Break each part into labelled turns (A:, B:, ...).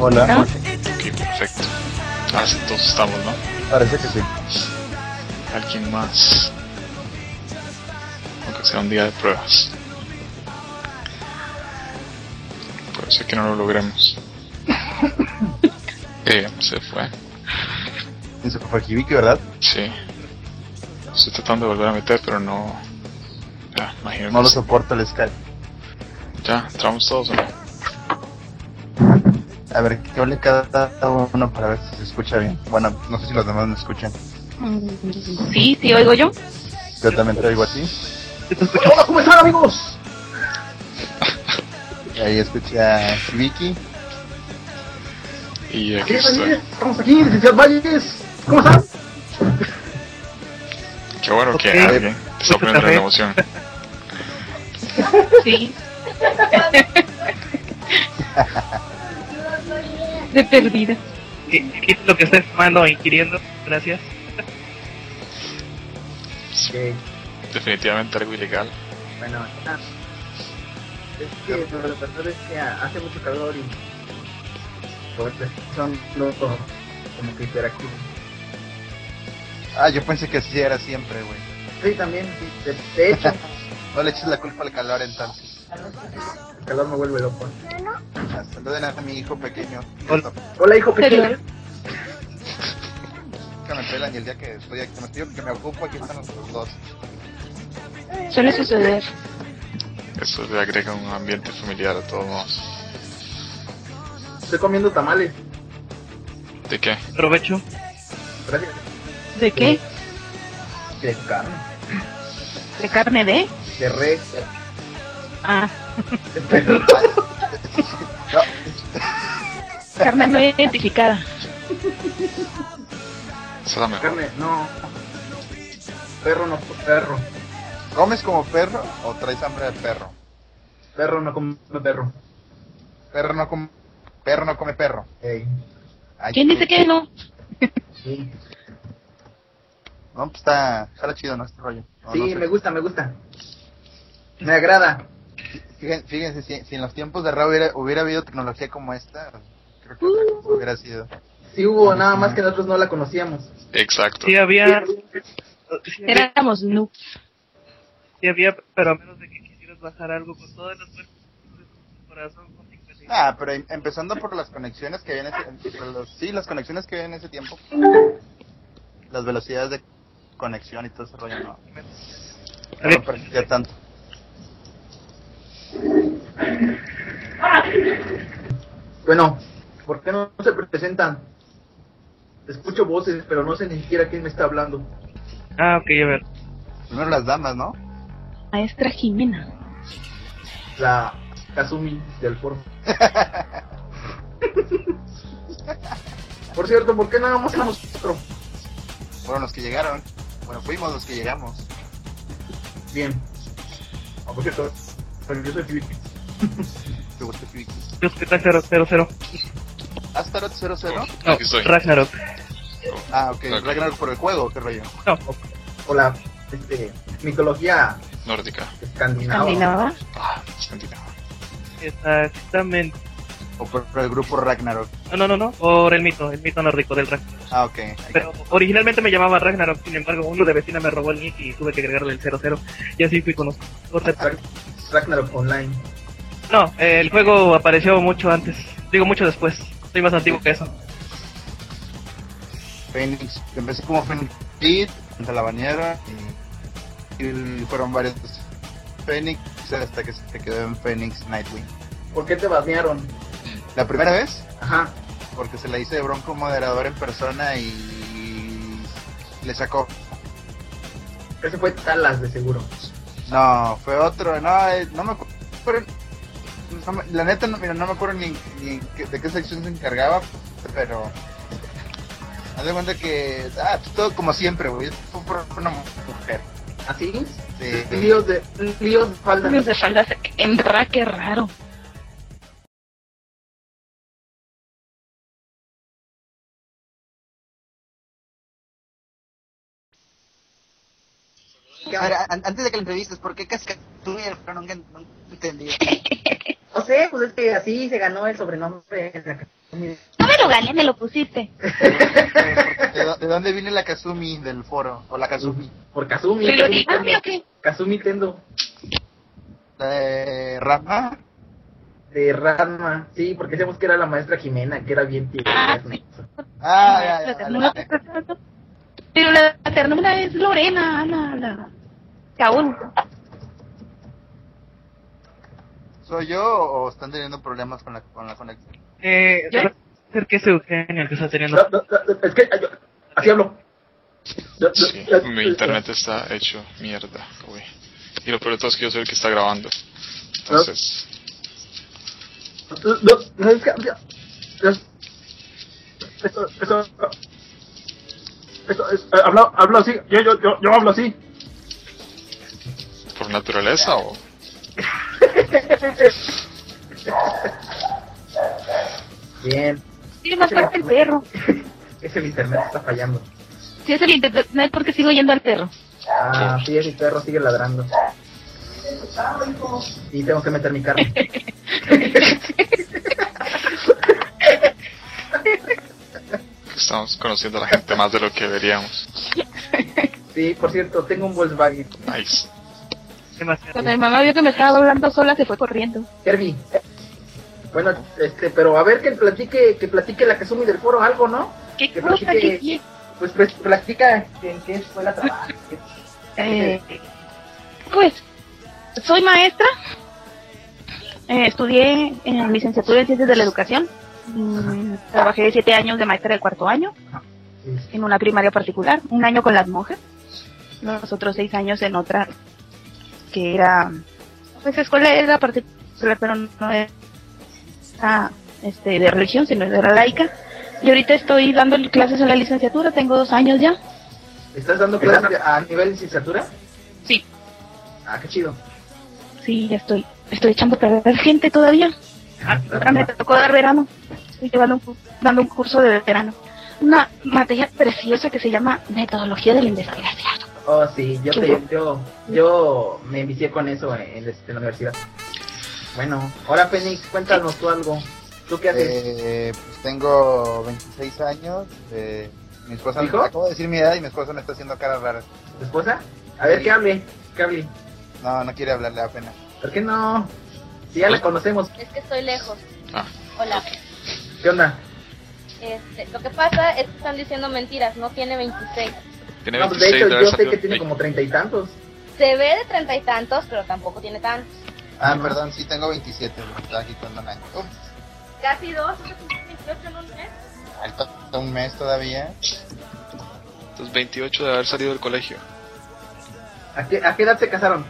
A: Hola.
B: Ok, perfecto. Así todos estamos, ¿no?
A: Parece que sí.
B: Alguien más. Aunque sea un día de pruebas. Puede ser que no lo logremos. Eh, se fue.
A: En su Kibiki, ¿verdad?
B: Sí. Estoy tratando de volver a meter, pero no. Ya, imagínate.
A: No lo soporta el Skype.
B: Ya, entramos todos o no.
A: A ver, que hable cada uno para ver si se escucha bien. Bueno, no sé si los demás me escuchan.
C: Mm, Sí, sí, oigo yo.
A: Yo también te oigo a ti.
D: ¡Hola, cómo están, amigos!
A: Y ahí escuché a Kibiki.
B: Y aquí
D: ¿Qué es,
B: estoy.
D: Valles? Estamos aquí, licenciado Valles. ¿Cómo están?
B: Qué bueno que
E: Ok.
B: alguien está poniendo la emoción.
C: Sí. De perdida.
E: ¿Qué, qué es lo que estás fumando o inquiriendo? Gracias.
D: Sí,
B: Definitivamente algo ilegal.
D: bueno, está. Es que pero lo peor es que hace mucho calor y. Por eso son loco, como que hiperactivo.
A: Ah, yo pensé que así era siempre, güey.
D: Sí, también, sí, de, de hecho,
A: No le eches la culpa al calor entonces.
D: el calor me vuelve loco.
A: Ah, Saluden a mi hijo pequeño.
E: Hola.
D: Hola, hijo pequeño.
C: Pero-
A: Que me pelan y el día que estoy aquí, me digo que me ocupo, aquí están los dos.
C: Suele suceder.
B: Eso le agrega un ambiente familiar a todos modos.
D: Estoy comiendo tamales.
B: ¿De qué?
E: Provecho.
D: Gracias.
C: ¿De qué?
D: De carne.
C: ¿De carne de?
D: De res.
C: Ah,
D: De perro.
C: carne no identificada.
B: Esa es la mejor.
D: Carne, no. Perro no, perro.
A: ¿Comes como perro o traes hambre de perro?
D: Perro no come perro.
A: Perro no come perro. No come perro.
D: Ey.
A: Ay,
C: ¿Quién dice que no?
D: Sí,
A: No, pues está, está chido, ¿no? Este rollo. No, no
D: sí
A: sé.
D: me gusta, me gusta. Me agrada.
A: Fíjense, fíjense, si, si en los tiempos de Ra hubiera, hubiera habido tecnología como esta, creo que
D: Uh.
A: otra cosa hubiera sido.
D: Sí hubo, nada más que nosotros no la conocíamos.
B: Exacto.
E: Sí había, sí había,
C: Éramos noobs.
E: sí había, pero a menos de que quisieras bajar algo con todas las fuerzas de tu corazón con 55.
A: Ah, pero em- empezando por las conexiones que había en ese por los- Sí, las conexiones que había en ese tiempo. Las velocidades de conexión y todo ese rollo, no. Ya no parecía tanto.
D: Bueno, ¿por qué no se presentan? Escucho voces, pero no sé ni siquiera quién me está hablando.
E: Ah, ok, a ver.
A: Primero las damas, ¿no?
C: Maestra Jimena.
D: La Kazumi del foro. Por cierto, ¿por qué nada más a nosotros?
A: Fueron los que llegaron. Bueno, fuimos los que llegamos.
D: Bien. Ah, por cierto, pero yo soy Filipe.
A: Te gusta Fibiki.
E: Yo soy Ragnarok 00.
A: Astaroth 00.
E: No,
B: Aquí estoy.
E: Ragnarok.
A: Ah, ok.
B: Ok.
A: Ragnarok por el juego, qué rollo.
E: No,
D: Hola, este, mitología
B: Nórdica.
D: escandinava.
C: Escandinava.
B: Ah, escandinava.
E: exactamente.
A: O por, por el grupo Ragnarok.
E: No, no, no, no. Por el mito, el mito nórdico del Ragnarok.
A: Ah, ok.
E: Pero originalmente me llamaba Ragnarok, sin embargo, uno de vecina me robó el nick y tuve que agregarle el 00. Y así fui con los.
D: Rag- Ragnarok Online.
E: No, eh, el juego apareció mucho antes. Digo, mucho después. Soy más antiguo que eso.
A: Phoenix. Empecé como Phoenix Pit, de la bañera. Y, y fueron varios. Phoenix hasta que se te quedó en Phoenix Nightwing.
D: ¿Por qué te banearon?
A: La primera vez,
D: Ajá.
A: porque se la hice de bronco moderador en persona y le sacó.
D: Ese fue Talas, de seguro.
A: No, fue otro, no, eh, no me acuerdo acuerdo. no me- la neta, no, mira, no me acuerdo ni, ni qué- de qué sección se encargaba, pero. Haz de cuenta que. Ah, pues todo como siempre, güey. Fue por una mujer.
D: Así,
A: Sí.
D: líos de, líos de falda.
C: Cambios de faldas en ra, qué raro.
F: A ver, an- antes de que lo entrevistes, ¿por qué Cascatuya? Nunca, nunca entendí.
D: No sé, pues es que así se ganó el sobrenombre en la academia.
C: No me lo gané, me lo pusiste.
A: ¿De, dó- de dónde viene la Kazumi del foro? O la Kazumi.
D: Por Kazumi.
C: ¿Pero ah,
D: Kazumi
C: ni cambio
D: Tendo.
C: o qué?
D: Kazumi Tendo
A: La de Rama.
D: de Ranma. Sí, porque decíamos que era la maestra Jimena, que era bien tierna.
A: Ah, ya, ya,
C: La
A: ya,
C: ternura-
A: la-
C: Pero la ternura es Lorena, Ana, la... Caún.
A: ¿Soy yo o están teniendo problemas con la, con la conexión?
E: Eh,
C: ¿Ya?
E: ser que es Eugenio el que está
D: No,
E: teniendo.
D: no, no, es que ay, yo- así hablo. No, no,
B: Sí,
D: no,
B: mi
D: no,
B: internet está hecho mierda, güey. Y lo peor de todo es que yo soy el que está grabando. Entonces,
D: No, no, no, es que- no, es- Eso, eso, eso, es- eh, hablo, hablo así, yo, yo, yo, yo hablo así.
B: ¿por naturaleza o...?
D: Bien,
C: Tiene más fuerte el perro.
D: es que el internet está fallando.
C: Si es el internet, porque sigo yendo al perro.
D: Ah, sí, mi perro sigue ladrando. Y tengo que meter mi carro.
B: Estamos conociendo a la gente más de lo que deberíamos.
D: Sí, por cierto, tengo un Volkswagen.
B: Nice.
E: Demasiado.
C: Cuando mi mamá vio que me estaba hablando sola, se fue corriendo.
D: Herbie. Bueno, este, pero a ver que platique, que platique la Kazumi del foro algo, ¿no?
C: ¿Qué
D: Que
C: cosa
D: platique.
C: que quiere?
D: Pues, pues platica en qué escuela trabaja.
C: Eh, pues, soy maestra. Eh, estudié en licenciatura en Ciencias de la Educación. Mm, trabajé siete años de maestra de cuarto año en una primaria particular. Un año con las monjas. Los otros seis años en otra que era... Pues escuela era particular, pero no era este, de religión, sino era laica. Y ahorita estoy dando clases en la licenciatura. Tengo dos años ya.
D: ¿Estás dando clases de- a nivel licenciatura?
C: Sí.
D: Ah, qué chido.
C: Sí, ya estoy. Estoy echando para ver gente todavía. Ahora me tocó dar verano. Estoy llevando un, cu- dando un curso de verano. Una materia preciosa que se llama Metodología de la Investigación.
D: Oh, sí, yo, te- yo, yo me vicié con eso en, en este, en la universidad. Bueno, ahora Fénix, cuéntanos tú algo. ¿Tú qué haces?
A: Eh, pues tengo 26 años. Eh, mi esposa
D: ¿Hijo?
A: acabo de decir mi edad y mi esposa me está haciendo caras raras.
D: ¿Tu esposa? A ver, que hable, que hable.
A: No, no quiere hablarle apenas.
D: ¿Por qué no? Si ya la conocemos,
G: Es que estoy lejos.
B: Ah.
G: Hola.
D: ¿qué onda?
G: Este, lo que pasa es que están diciendo mentiras, no tiene 26.
B: Tiene
D: No, pues de
B: 26,
D: hecho,
B: debe
D: yo
B: ser
D: sé que tiene como treinta y tantos.
G: Se ve de treinta y tantos, pero tampoco tiene tantos.
A: Ah,
D: Ajá.
A: perdón, sí tengo 27. Me estaba quitando un año. Uf,
G: Casi dos, ¿no? 28 en un mes.
A: falta un mes todavía.
B: Entonces, 28 de haber salido del colegio.
D: ¿A qué, ¿A qué edad se casaron?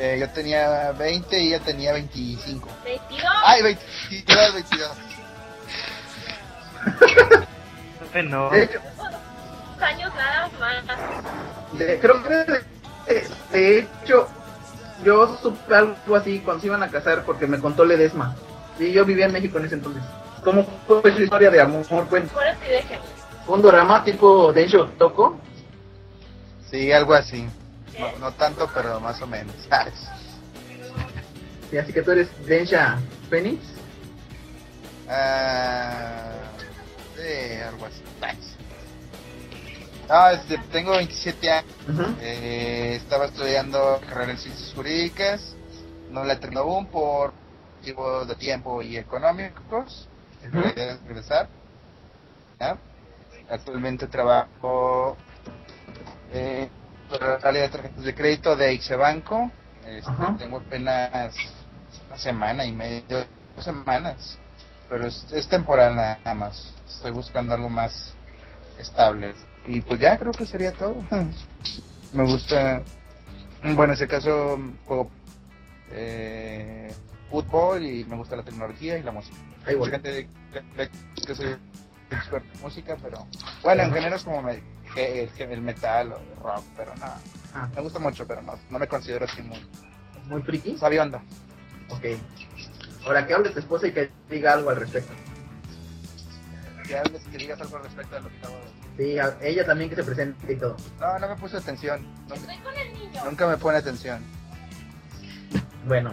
A: Eh, yo tenía 20 y ella tenía 25.
G: 22.
A: ¡Ay, 22, 22!
E: Bueno,
D: De hecho,
G: Dos años nada más.
D: de- creo que de, de- de hecho, yo supe algo así cuando se iban a casar porque me contó Ledesma. Y yo vivía en México en ese entonces. ¿Cómo fue su historia de amor? Cuenta.
G: Por eso y déjenme.
D: un drama tipo Densho Toco.
A: Sí, algo así. No, no tanto, pero más o menos.
D: Y así que tú eres Densha Phoenix.
A: Ah, sí, algo así. Ah, este, tengo 27 años. Eh, estaba estudiando carrera en ciencias jurídicas, no la terminé aún por motivos de tiempo y económicos. La idea es regresar. ¿ya? Actualmente trabajo eh, para la de tarjetas de crédito de Ixebanco. Este,
D: Ajá.
A: tengo apenas una semana y media, dos semanas, pero es, es temporal nada más. Estoy buscando algo más estable. Y pues ya creo que sería todo. Me gusta, bueno, en ese caso, juego eh, fútbol y me gusta la tecnología y la música.
D: Ahí voy.
A: Mucha gente cree que soy experto en música, pero bueno, en general es como me- que- el, que el metal o el rock, pero nada.
D: Ah.
A: Me gusta mucho, pero no, no me considero así muy
D: Muy friki.
A: sabiondo.
D: Ok. Ahora que hable tu esposa y que diga algo al respecto.
A: Ya hables- que digas algo respecto a lo que acabo de decir.
D: Sí, a- ella también que se presente y todo.
A: No, no me puse atención. Nunca,
G: Estoy con el niño.
A: nunca me pone atención.
D: Bueno,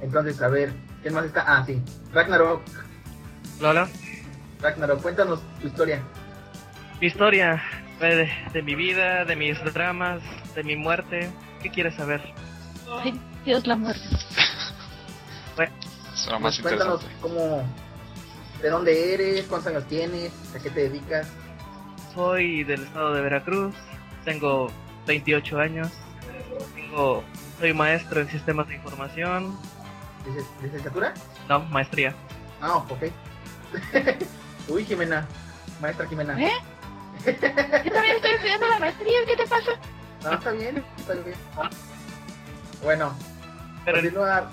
D: entonces, a ver, ¿quién más está? Ah, sí. Ragnarok,
E: Lola,
D: Ragnarok, cuéntanos tu historia.
E: mi historia eh, de, de mi vida, de mis dramas, de mi muerte. ¿Qué quieres saber?
C: Ay, Dios, la muerte.
B: Suena
D: Pues
B: más
D: cuéntanos
B: interesante.
D: cómo, de dónde eres, cuántos años tienes, a qué te dedicas.
E: Soy del estado de Veracruz, tengo 28 años, tengo- soy maestro en sistemas de información,
D: ¿Lic- ¿Licenciatura?
E: no, maestría.
D: Ah, ok. Uy, Jimena, maestra Jimena.
C: ¿Eh? Yo también estoy estudiando la maestría, ¿qué te pasa?
D: No, Ah, está bien, está bien. Bueno,
E: Pero, en-
D: continúa.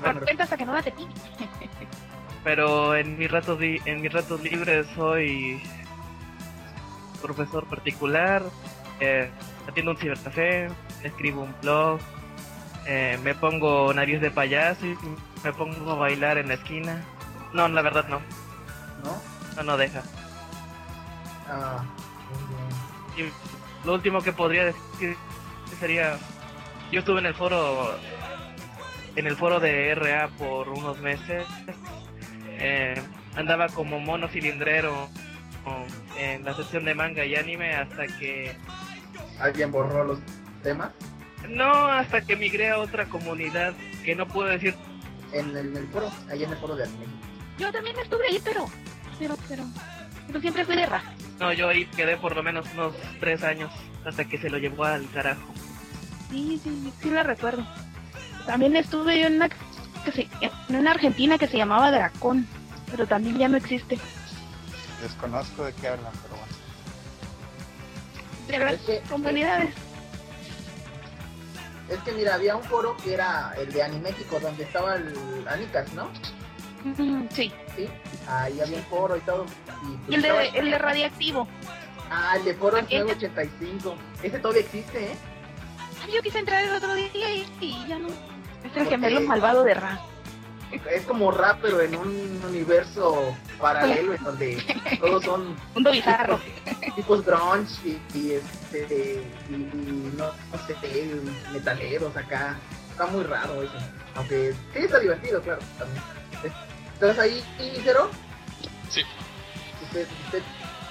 D: Ragnarok.
C: Contenta hasta que no la te pique.
E: pero en mis ratos li- en mis ratos libres soy profesor particular, eh, atiendo un cibercafé, escribo un blog, eh, me pongo nariz de payaso y me pongo a bailar en la esquina. No, la verdad no,
D: ¿No?
E: no, no deja.
D: Ah, muy bien.
E: Y lo último que podría decir sería yo estuve en el foro en el foro de RA por unos meses Eh, andaba como mono cilindrero o, en la sección de manga y anime hasta que
D: alguien borró los temas
E: no hasta que migré a otra comunidad que no puedo decir
D: en el, en el foro, ahí en el foro de anime.
C: Yo también estuve ahí, pero, pero, pero, pero siempre fui de raja.
E: no yo ahí quedé por lo menos unos tres años hasta que se lo llevó al carajo
C: Sí, sí, sí la recuerdo. También estuve yo en una, que se- en una Argentina que se llamaba Dracón, pero también ya no existe.
A: Desconozco de qué hablan, pero bueno.
C: De las
D: Es que-
C: comunidades.
D: Es que mira, había un foro que era el de Anime México, donde estaba el Anicas, ¿no?
C: Mm, Sí,
D: Sí, ahí había un foro y todo. Y
C: y el de,
D: estaba-
C: el de Radiactivo.
D: Ah, el de foro es
C: También.
D: 985. Ese todavía existe, ¿eh?
C: Ay, Yo quise entrar el otro día y, y ya no. Es el
D: ¿Por
C: gemelo
D: qué?
C: malvado de Ra.
D: Es como rap, pero en un universo paralelo en donde todos son
C: Mundo bizarro.
D: tipos- tipos grunge y, y este y, y no, no sé, metaleros acá. Está muy raro eso. Aunque sí está divertido, claro, también. ¿Estás ahí, Cero?
B: Sí.
D: ¿Usted, usted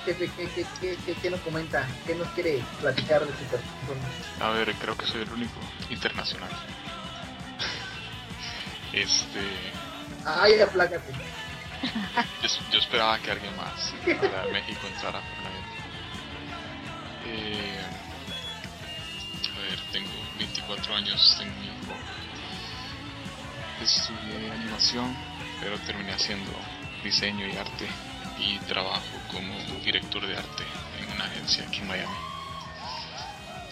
D: qué, qué- qué- qué- qué- qué- qué nos comenta? ¿Qué nos quiere platicar de su persona?
B: A ver, creo que soy el único internacional. Este.
D: Ay, aplácate.
B: Yo, yo esperaba que alguien más hablara de México entrara por la gente. Eh, a ver, tengo 24 años, tengo un hijo. Estudié animación, pero terminé haciendo diseño y arte y trabajo como director de arte en una agencia aquí en Miami.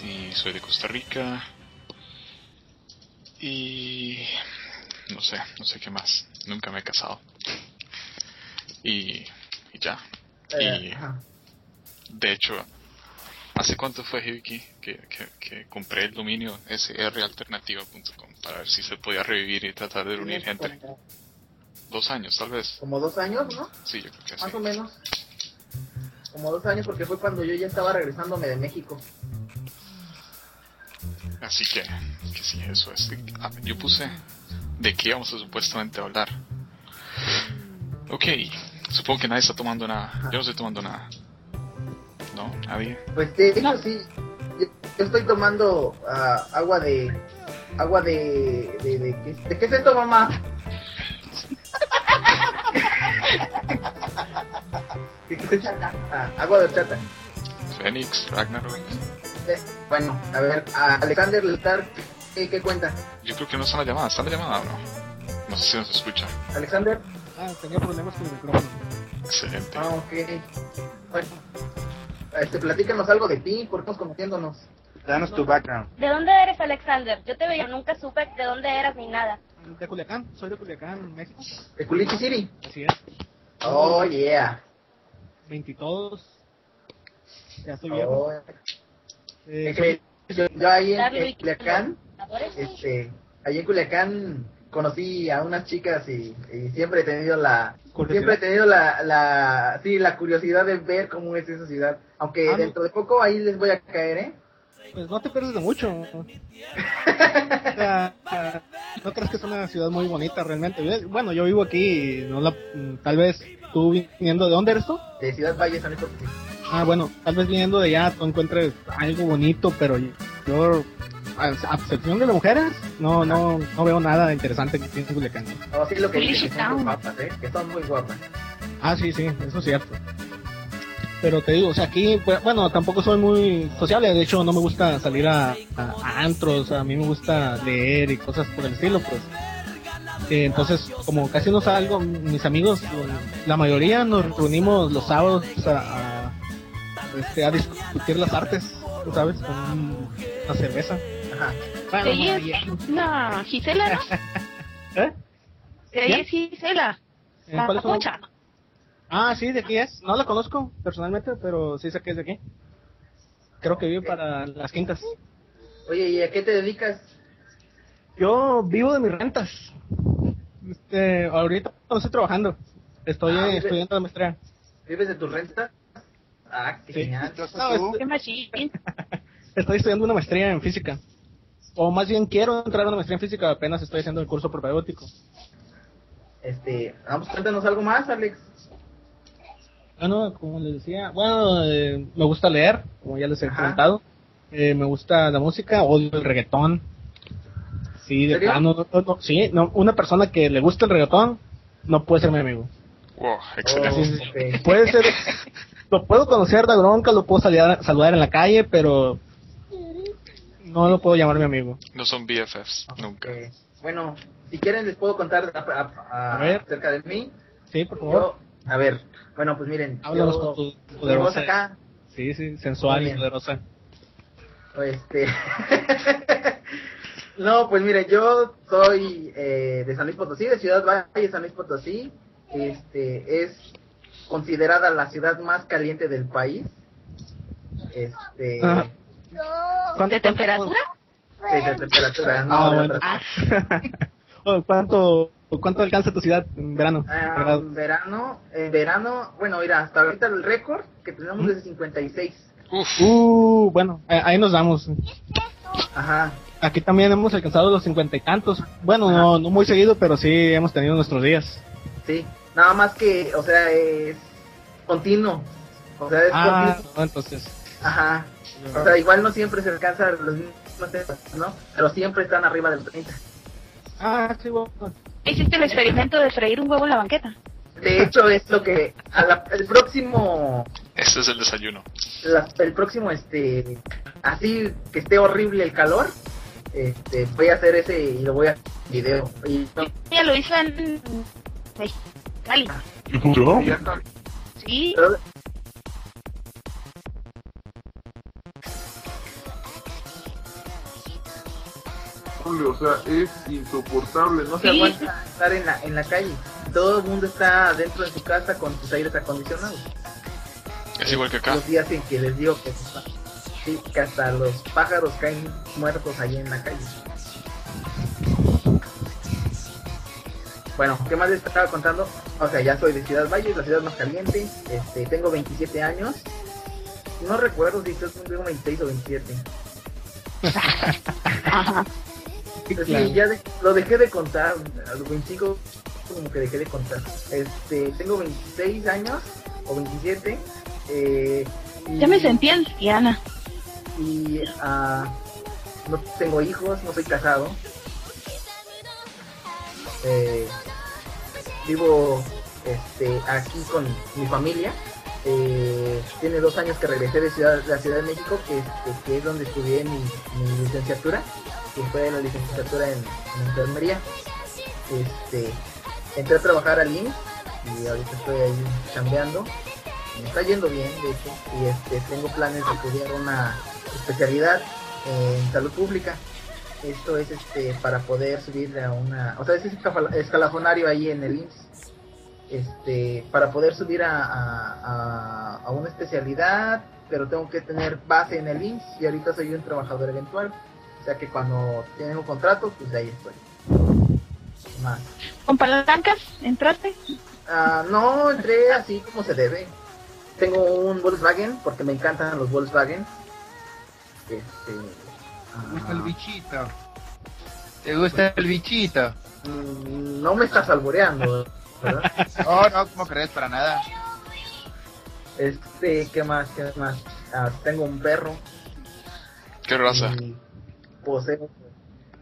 B: Y soy de Costa Rica. Y no sé, no sé qué más. Nunca me he casado. Y, y ya.
D: Eh,
B: Y-
D: ajá.
B: De hecho, ¿hace cuánto fue Hibiki que, que, que compré el dominio sralternativa.com para ver si se podía revivir y tratar de reunir
D: Tienes
B: gente?
D: Como,
B: Dos años, tal vez.
D: como dos años, ¿no?
B: Sí, yo creo que sí.
D: Más o menos. Como dos años porque fue cuando yo ya estaba regresándome de México.
B: Así que, que sí, eso es. Ah, yo puse de qué íbamos a supuestamente hablar. Ok, supongo que nadie está tomando nada. Yo no estoy tomando nada. No, nadie.
D: Pues de hecho
C: No.
D: sí, yo, yo estoy tomando ah, agua de agua de de, de, ¿qué, es- de qué es esto mamá? ¿De qué es esto? Ah, agua de horchata.
B: Fénix, Ragnarok.
D: Eh, Bueno, a ver, a Alexander Lestar, ¿qué, qué cuenta?
B: Yo creo que no está la llamada. ¿Está la llamada o no? No sé si nos escucha.
D: Alexander,
H: Ah, tenía problemas con el micrófono.
B: Excelente.
D: ah, ok. Bueno, este, platícanos algo de ti, por qué estamos conociéndonos.
A: Danos tu background.
G: ¿De dónde eres, Alexander? Yo te veía, nunca supe de dónde eras ni nada.
H: De Culiacán, soy de Culiacán, México.
D: De Culichi City.
H: Así es.
D: Oh, yeah.
H: 22. Ya estoy viejo.
D: Oh.
H: Eh,
D: Es que yo, yo ahí en,
G: Darle
D: en
G: wiki-
D: Culiacán,
G: ¿Adores?
D: este, ahí en Culiacán conocí a unas chicas y, y siempre he tenido la,
H: Curiosidad.
D: siempre he tenido la, la, sí, la curiosidad de ver cómo es esa ciudad. Aunque
H: Ah, no.
D: dentro de poco ahí les voy a caer, ¿eh?
H: pues no te pierdes de mucho. O sea, no crees que es una ciudad muy bonita realmente. Bueno, yo vivo aquí, y no la, tal vez tú viniendo de dónde eres tú.
D: De Ciudad Valle, San Luis Potosí.
H: Ah, bueno, tal vez viniendo de allá tú encuentres algo bonito, pero yo, a, a excepción de las mujeres, no, no, no veo nada de interesante que tiene Culiacán.
D: No, sí, lo que dicen que son muy
C: Town.
D: guapas, ¿eh? Que son muy guapas.
H: Ah, sí, sí, eso es cierto. Pero te digo, o sea, aquí, pues, bueno, tampoco soy muy sociable, de hecho no me gusta salir a, a- a antros, a mí me gusta leer y cosas por el estilo, pues. Eh, entonces, como casi no salgo, mis amigos, la mayoría nos reunimos los sábados a, a, este, a discutir las artes, tú sabes, con un- una cerveza.
D: Ajá.
H: Bueno,
C: Sí, es-
H: ¿en
C: No, Gisela, ¿no?
H: ¿Eh?
C: De ahí es Gisela, la
H: cuáles son?
C: papucha.
H: Ah, sí, de aquí es. No la conozco personalmente, pero sí sé que es de aquí. Creo que vive para las quintas.
D: Oye, ¿y a qué te dedicas?
H: Yo vivo de mis rentas. Este, ahorita no estoy trabajando. Estoy
D: Ah,
H: eh,
D: vive-
H: estudiando la maestría.
D: ¿Vives de tu renta? Ah, qué
H: Sí.
D: genial.
A: Entonces
H: No,
A: tú,
C: Qué machín.
H: Estoy estudiando una maestría en física. O más bien quiero entrar a una maestría en física, apenas estoy haciendo el curso propedéutico.
D: Este, vamos, cuéntanos algo más, Alex.
H: Bueno, Ah, como les decía, bueno, eh, me gusta leer, como ya les he
D: Ajá.
H: comentado. Eh, me gusta la música, odio el reggaetón. Sí, de
D: ¿Serio?
H: plano, no, no, no, sí, no, una persona que le gusta el reggaetón no puede ser mi amigo.
B: Wow,
D: Oh,
B: excelente.
D: ok.
H: Puede ser, lo puedo conocer de bronca, lo puedo saludar, saludar en la calle, pero no lo puedo llamar mi amigo.
B: No son BFFs, nunca.
D: Eh, bueno, si quieren les puedo contar a- a- a-
H: A ver.
D: acerca de mí.
H: Sí, por favor,
D: Yo, a ver, bueno, pues miren,
H: háblanos
D: yo-
H: con tu
D: mi voz
H: poderosa.
D: acá,
H: Sí, sí, sensual
D: Muy
H: y
D: bien.
H: poderosa.
D: este... no, pues miren, yo soy eh, de San Luis Potosí, de Ciudad Valle, San Luis Potosí. Este, es considerada la ciudad más caliente del país. Este...
H: Ah.
C: ¿De temperatura?
D: de la temperatura, no,
H: Ah,
D: de
H: bueno.
D: otra-
H: Oh, ¿Cuánto, ¿Cuánto alcanza tu ciudad en verano?
D: Ah,
H: ¿Verdad?
D: en verano, en verano, bueno, mira, hasta ahorita el récord que
H: ¿Mm?
D: tenemos es de 56.
B: Uf,
H: Uh, bueno, eh, ahí nos damos.
D: Ajá.
H: Aquí también hemos alcanzado los cincuenta y tantos. Bueno,
D: Ah.
H: no, no muy seguido, pero sí hemos tenido nuestros días.
D: Sí, nada más que, o sea, es continuo. O sea, es
H: Ah,
D: continuo.
H: no, entonces.
D: Ajá. O sea, igual no siempre se alcanzan los mismos temas, ¿no? Pero siempre están arriba del 30.
H: Ah, sí, bueno.
C: Hiciste el experimento de freír un huevo en la banqueta.
D: De hecho, es lo que a la- el próximo,
B: ese es el desayuno.
D: la- el próximo, este, así que esté horrible el calor, este, voy a hacer ese y lo voy a hacer en video. Y no,
C: Ya lo hizo en Mexicali.
B: ¿Yo?
C: Sí,
D: pero-
I: Hombre, o sea, es insoportable, no
D: no se
C: Sí.
D: aguanta estar en la, en la calle. Todo el mundo está dentro de su casa con sus aires acondicionados.
B: Es igual que acá.
D: Los días en que les digo que, se- sí, que hasta los pájaros caen muertos ahí en la calle. Bueno, ¿qué más les estaba contando? O sea, ya soy de Ciudad Valle, la ciudad más caliente. Este, tengo 27 años. No recuerdo si yo tengo 26 o 27.
C: ajá.
D: Pero sí,
H: claro.
D: ya de- lo dejé de contar, a los 25 como que dejé de contar. Este, tengo 26 años o 27. Eh, y-
C: Ya me sentí anciana.
D: y ah, no tengo hijos, no soy casado. Eh, vivo este, aquí con mi familia. Eh, tiene dos años que regresé de ciudad, la Ciudad de México, que, este, que es donde estudié mi, mi licenciatura, que fue la licenciatura en, en enfermería. Este, entré a trabajar al IMSS y ahorita estoy ahí chambeando me está yendo bien de hecho y este tengo planes de estudiar una especialidad eh, en salud pública. Esto es este para poder subir a una, o sea, ese es escafala- escalafonario ahí en el IMSS. Este, para poder subir a, a- a- a una especialidad, pero tengo que tener base en el IMSS y ahorita soy un trabajador eventual. O sea que cuando tienen un contrato, pues de ahí estoy. Más.
C: ¿Con palancas? ¿Entraste?
D: Ah, no, entré así como se debe. Tengo un Volkswagen porque me encantan los Volkswagen. Este.
A: gusta
D: ah,
A: el bichito. ¿Te gusta el bichito?
D: mm, no me estás alboreando, ¿verdad?
A: Oh, no, ¿cómo crees? Para nada.
D: Este, ¿qué más? ¿Qué más? Ah, tengo un perro.
B: ¿Qué raza?
D: y poseo-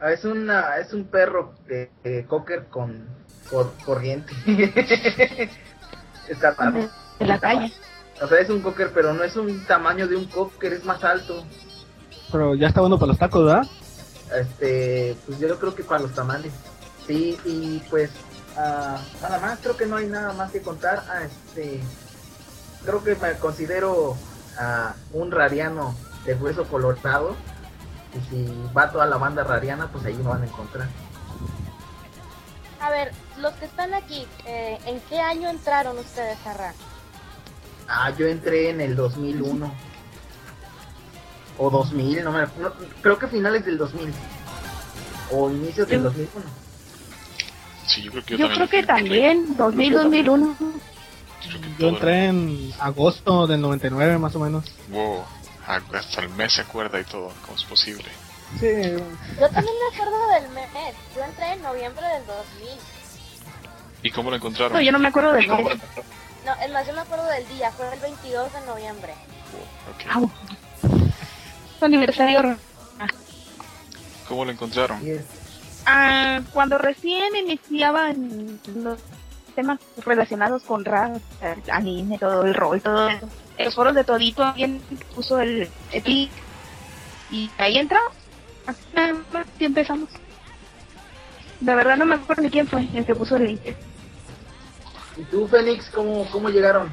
D: ah, es una, es un perro de, de cocker con cor- corriente. Está raro.
C: De la calle.
D: O sea, es un cocker, pero no es un tamaño de un cocker, es más alto.
H: Pero ya está bueno para los tacos, ¿verdad?
D: este pues yo creo que para los tamales sí y pues ah, nada más creo que no hay nada más que contar ah, este creo que me considero ah, un rariano de hueso colorado y si va toda la banda rariana pues ahí me van a encontrar
G: A ver, los que están aquí, eh, ¿en qué año entraron ustedes a RAN?
D: ah yo entré en el 2001 o 2000 no me no, creo que finales del 2000 o inicios del
C: Yo-
D: 2001
B: Sí, yo creo que
C: Yo,
B: yo,
C: creo que también, 2000,
B: Yo también.
C: 2001.
B: Creo que
H: Yo
B: todo-
H: entré en agosto del 99 más o menos.
B: Wow, hasta el mes se acuerda y todo, ¿cómo es posible?
H: Sí,
G: Yo también me acuerdo del mes. Yo entré en noviembre del 2000.
B: ¿Y cómo lo encontraron?
C: No, yo no me acuerdo del nombre.
G: No, es más, yo me acuerdo del día. Fue el 22 de noviembre.
B: Ok.
C: Au. Su aniversario.
B: ¿Cómo lo encontraron?
D: y es-
C: Ah, cuando recién iniciaban los temas relacionados con rap, el anime, todo el rol, todo eso, en los foros de todito alguien puso el el link y ahí entramos. Así nada más, así empezamos. La verdad no me acuerdo ni quién fue el que puso el link.
D: y tú Fénix cómo cómo llegaron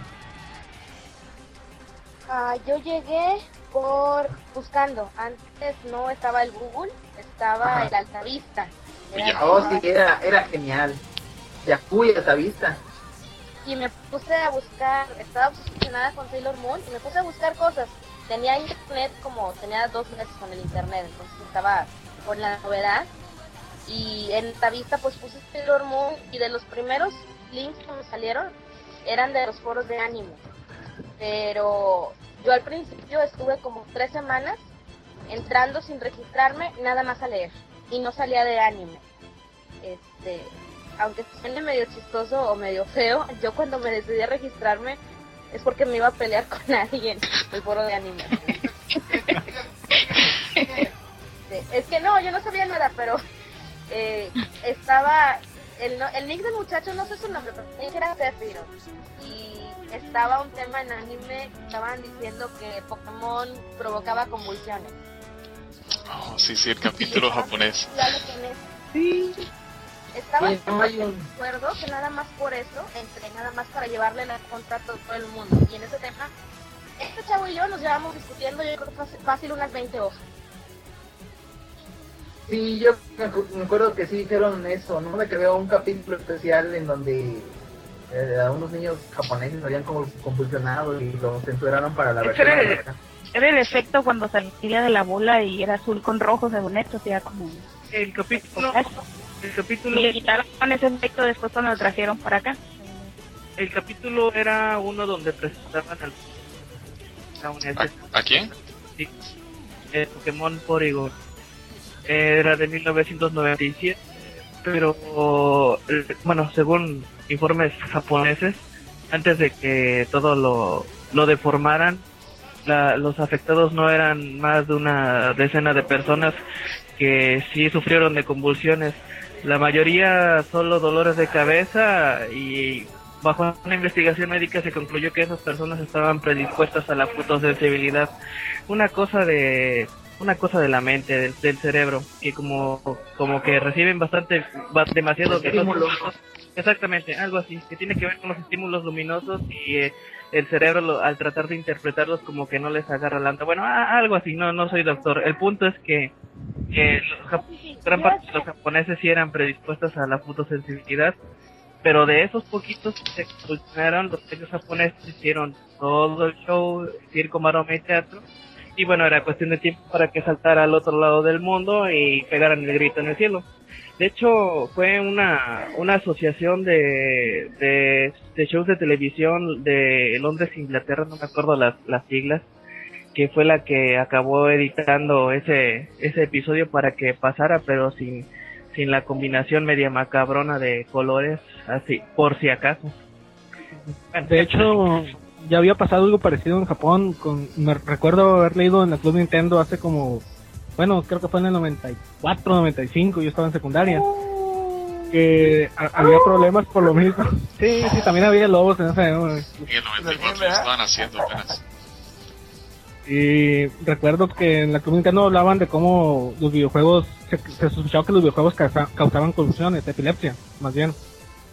G: Ah, yo llegué por buscando. Antes no estaba el Google, estaba
D: Ajá.
G: el Altavista. Era-
B: Ya.
D: Oh, sí, era, era genial. Yakuya, esa vista.
G: Y me puse a buscar, estaba obsesionada con Sailor Moon y me puse a buscar cosas. Tenía internet como, tenía dos meses con el internet, entonces estaba con la novedad. Y en esta vista pues puse Sailor Moon y de los primeros links que me salieron eran de los foros de ánimo. Pero yo al principio estuve como tres semanas entrando sin registrarme, nada más a leer. Y no salía de anime. Este, aunque suene medio chistoso o medio feo, yo cuando me decidí a registrarme es porque me iba a pelear con alguien el foro de anime. Este, es que no, yo no sabía nada, pero eh, estaba el, no- el nick del muchacho, no sé su nombre, pero el nick era Zephyro. Y estaba un tema en anime, estaban diciendo que Pokémon provocaba convulsiones.
B: Oh, sí, sí, el capítulo japonés.
G: Ya lo tienes.
C: Sí.
G: Estaba
D: Sí, no hay un-
G: de acuerdo que nada más por eso entré, nada más para llevarle la contra a todo el mundo. Y en ese tema, este chavo y yo nos llevamos discutiendo, yo creo fácil- fácil unas 20 hojas.
D: Sí, yo me, acu- me acuerdo que sí dijeron eso, ¿no? De que veo un capítulo especial en donde eh, a unos niños japoneses habían como convulsionado y los censuraron para la
C: Ese
D: versión.
C: era el-
D: americana.
C: Era el efecto cuando salía de la bola y era azul con rojo, según esto, o sea, como...
E: El capítulo, el capítulo,
C: Y le quitaron ese efecto después cuando lo trajeron para acá.
E: el capítulo era uno donde presentaban al a una
B: ¿A,
E: escena
B: a quién?
E: de- de Pokémon Porygon. Era de 1997, pero eh, bueno, según informes japoneses, antes de que todo lo, lo deformaran, la- los afectados no eran más de una decena de personas que sí sufrieron de convulsiones. La mayoría solo dolores de cabeza y bajo una investigación médica se concluyó que esas personas estaban predispuestas a la fotosensibilidad. Una cosa de una cosa de la mente, del, del cerebro, que como, como que reciben bastante, ba- demasiado
D: Estímulos.
E: Exactamente, algo así, que tiene que ver con los estímulos luminosos y eh, el cerebro lo- al tratar de interpretarlos como que no les agarra la onda. Bueno, a- algo así, no, no soy doctor. El punto es que eh, los jap- gran parte de los japoneses sí eran predispuestos a la fotosensibilidad, pero de esos poquitos que se expulsaron, los sellos japoneses hicieron todo el show, circo, maroma y teatro. Y bueno, era cuestión de tiempo para que saltara al otro lado del mundo y pegaran el grito en el cielo. De hecho, fue una, una asociación de, de, de shows de televisión de Londres, Inglaterra, no me acuerdo las, las siglas, que fue la que acabó editando ese, ese episodio para que pasara, pero sin, sin la combinación media macabrona de colores, así, por si acaso. Bueno,
H: De hecho, ya había pasado algo parecido en Japón. Con, me recuerdo haber leído en la Club Nintendo hace como, bueno, creo que fue en el 94, 95, yo estaba en secundaria. Que ha- había problemas por lo mismo. Sí, sí, también había lobos en esa época.
B: En el 94 lo estaban haciendo apenas.
H: Y recuerdo que en la Club Nintendo hablaban de cómo los videojuegos, se, se sospechaba que los videojuegos causa- causaban confusiones, epilepsia, más bien.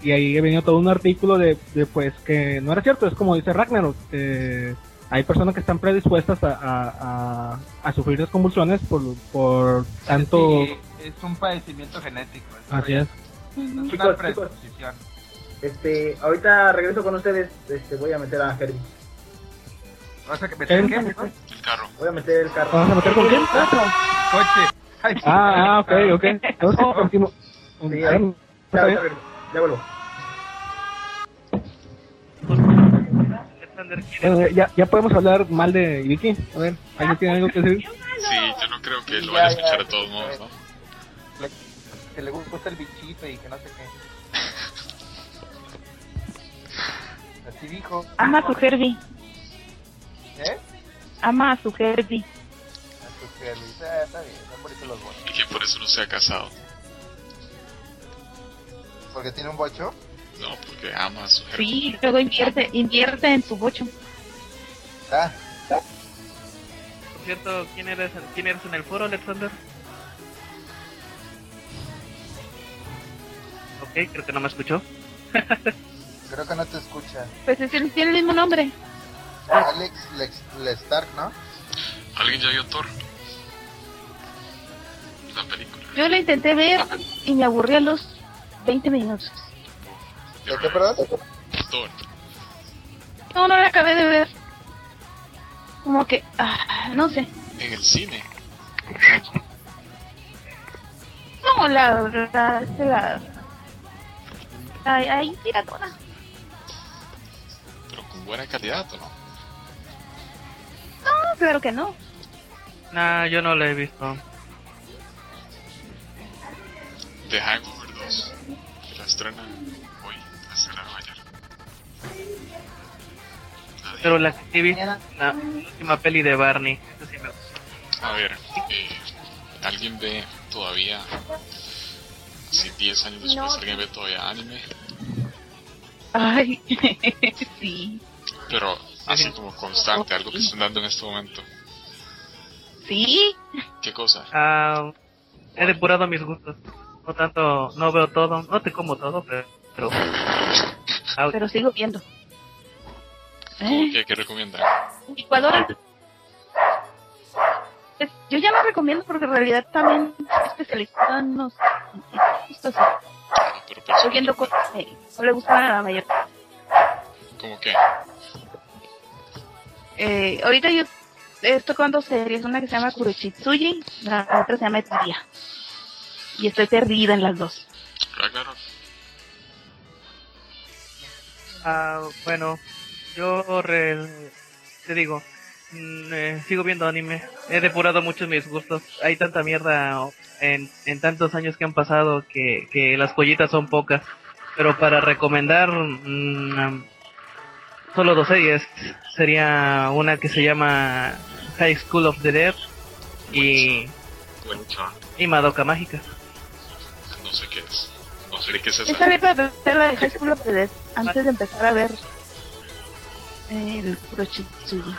H: Y ahí venía todo un artículo de, de, pues que no era cierto, es como dice Ragnarok, eh, hay personas que están predispuestas a, a, a, a sufrir las convulsiones por, por tanto...
A: Sí, es un padecimiento genético. es
H: Así
A: una-
H: es.
A: Es
D: Chicos,
A: una
D: chicos.
A: predisposición.
D: Este, ahorita regreso con ustedes. Este, voy a meter a Herbie.
A: ¿Vas a meter
H: ¿Eh?
A: qué? perdón?
B: El carro.
D: Voy a meter el carro.
H: ¿Vamos a meter con quién? Ah,
A: Coche. Ay,
H: ah, ok, ok. Entonces, último-
D: Sí,
H: Ah,
D: ahí. Ya,
H: está bien.
D: ahorita regreso. ya vuelvo.
E: Alexander quiere-
H: Bueno, eh, ya, ya podemos hablar mal de Vicky. A ver, ¿alguien tiene algo que decir?
C: Ah,
B: Sí, yo no creo que
A: Sí,
B: lo vaya a
A: ya, ya,
B: escuchar de
A: ya,
B: todos
A: ya.
B: modos, ¿no?
A: Que le gusta el bichito y que no sé qué. Así dijo.
C: Ama a su Herbie.
A: ¿Eh?
C: Ama a su Herbie.
A: A su Herbie. Ah, está bien, son bonitos los bochos.
B: Y que por eso no se ha casado.
A: Porque tiene un bocho.
B: No, porque ama a su jefe.
C: Sí, luego invierte, invierte en su bocho.
A: Ah,
E: Por cierto, ¿quién eres, ¿quién eres en el foro, Alexander? Ok, creo que no me escuchó.
A: creo que no te escucha.
C: Pues es el- tiene el mismo nombre.
A: Alex Lex, Lestark, ¿no?
B: ¿Alguien ya vio Thor? La película.
C: Yo la intenté ver y me aburrí a los 20 minutos.
A: ¿De qué, perdón?
B: Thor.
C: No, no la acabé de ver. Como que, ah, no sé.
B: En el cine.
C: No, la verdad, la, la, ay, ay, piratona.
B: Pero con buena calidad, ¿o no?
C: No, claro que no.
E: Nah, yo no lo he visto.
B: The Hangover 2. que La estrena hoy. La estrenaron ayer. Nadie.
E: Pero la que sí vi, la la última peli de Barney. Eso sí me gustó.
B: A ver, eh, ¿alguien ve todavía, si 10 años después,
G: No.
B: alguien ve todavía anime?
C: Ay, sí,
B: Pero así como constante, algo que están dando en este momento.
C: sí.
B: ¿Qué cosa?
E: Ah, he depurado mis gustos. No tanto, no veo todo. No te como todo, pero... pero- Ah,
C: Pero sigo viendo. Eh,
B: ¿Qué, qué recomienda?
C: licuadora. Pues, yo ya la recomiendo porque en realidad también especializada en los gustos.
B: Ah, pero
C: Estoy
B: personal,
C: viendo cosas que no le gustan a la mayor.
B: ¿Cómo qué?
C: Eh, ahorita yo estoy con dos series, una que se llama Kurochitsuji, la otra se llama Etudia. Y estoy perdida en las dos.
B: Ragnarok.
E: ah, bueno, yo re- te digo, mm, eh, sigo viendo anime. He depurado mucho mis gustos. Hay tanta mierda en, en tantos años que han pasado que, que las pollitas son pocas. Pero para recomendar mm, solo dos series, sería una que se llama High School of the Dead y,
B: Bueno,
E: y Madoka Mágica.
B: no sé qué es. No sé de qué es esa.
C: Esta vez para ver la de High School of the Dead, antes de empezar a ver eh, el Kurochitsuji.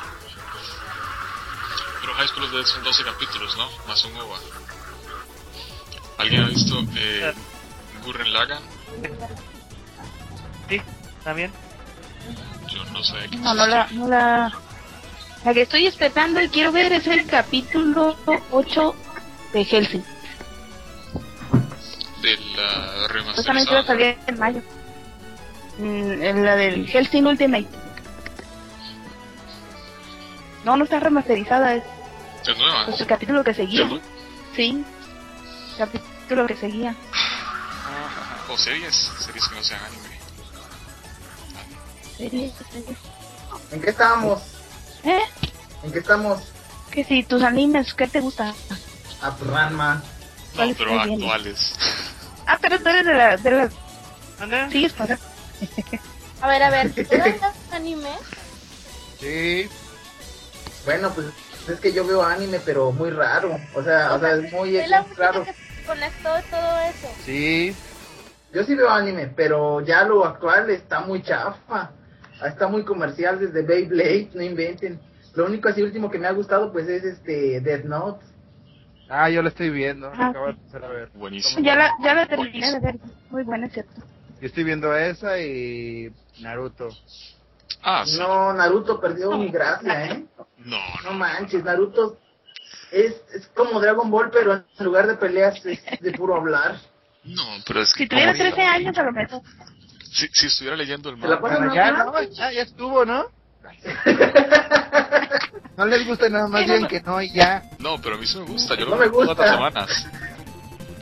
B: Pero High School of the Dead son 12 capítulos, ¿no? Más un OVA. ¿Alguien ha visto eh, Gurren Lagann?
E: Sí, también.
B: Yo no sé de qué
C: No, no la, no la. La que estoy esperando y quiero ver es el capítulo 8 de Helsing.
B: De la
C: Justamente va a
B: remasterizada.
C: salir en mayo. Mm, en la del Helsing Ultimate. No, no está remasterizada, es
B: Es nueva.
C: pues, el capítulo que
B: ¿Ya
C: seguía.
B: no?
C: Sí, capítulo que seguía.
B: Ah, O series, series que no sean anime.
C: ¿Eh?
D: ¿En qué estábamos?
G: ¿Eh?
D: ¿En qué estamos?
C: Que si tus animes, ¿qué te gusta?
D: A Ranma.
B: No,
C: ¿Cuáles
B: pero
C: estás viendo?
B: actuales.
C: Ah, pero tú eres de la... De la
E: ¿Anda?
C: sigues con-
G: A ver, a ver, ¿tú ves este anime?
A: Sí,
D: Bueno, pues es que yo veo anime, pero muy raro. O sea, o sea es muy
G: Soy la
D: es
G: única
D: raro.
G: que se conectó de todo eso.
A: sí.
D: Yo sí veo anime, pero ya lo actual está muy chafa. Ah, Está muy comercial desde Beyblade, no inventen. Lo único así último que me ha gustado pues es este Death Note.
A: Ah, yo la estoy viendo.
C: Ah,
A: acabo de empezar a ver.
B: Buenísimo.
C: Ya la, ya la terminé de ver. Muy buena, es ¿cierto?
A: Yo estoy viendo esa y Naruto.
B: Ah, sí. No,
D: No, Naruto perdió mi gracia, ¿eh?
B: no.
D: No manches, Naruto es, es como Dragon Ball, pero en lugar de peleas es de puro hablar.
B: No, pero es que.
C: Si tuviera
B: como-
C: 13 años, a lo mejor.
B: Si, si estuviera leyendo el
D: Se la
B: manga.
D: pasan
A: Bueno, ya, ¿no?
D: hablando.
A: Ya, ya estuvo, ¿no? No les gusta nada más bien que no y ya.
B: No, pero a mí sí me gusta. Yo
D: No
B: lo
D: me
B: veo todas
D: gusta.
B: las semanas.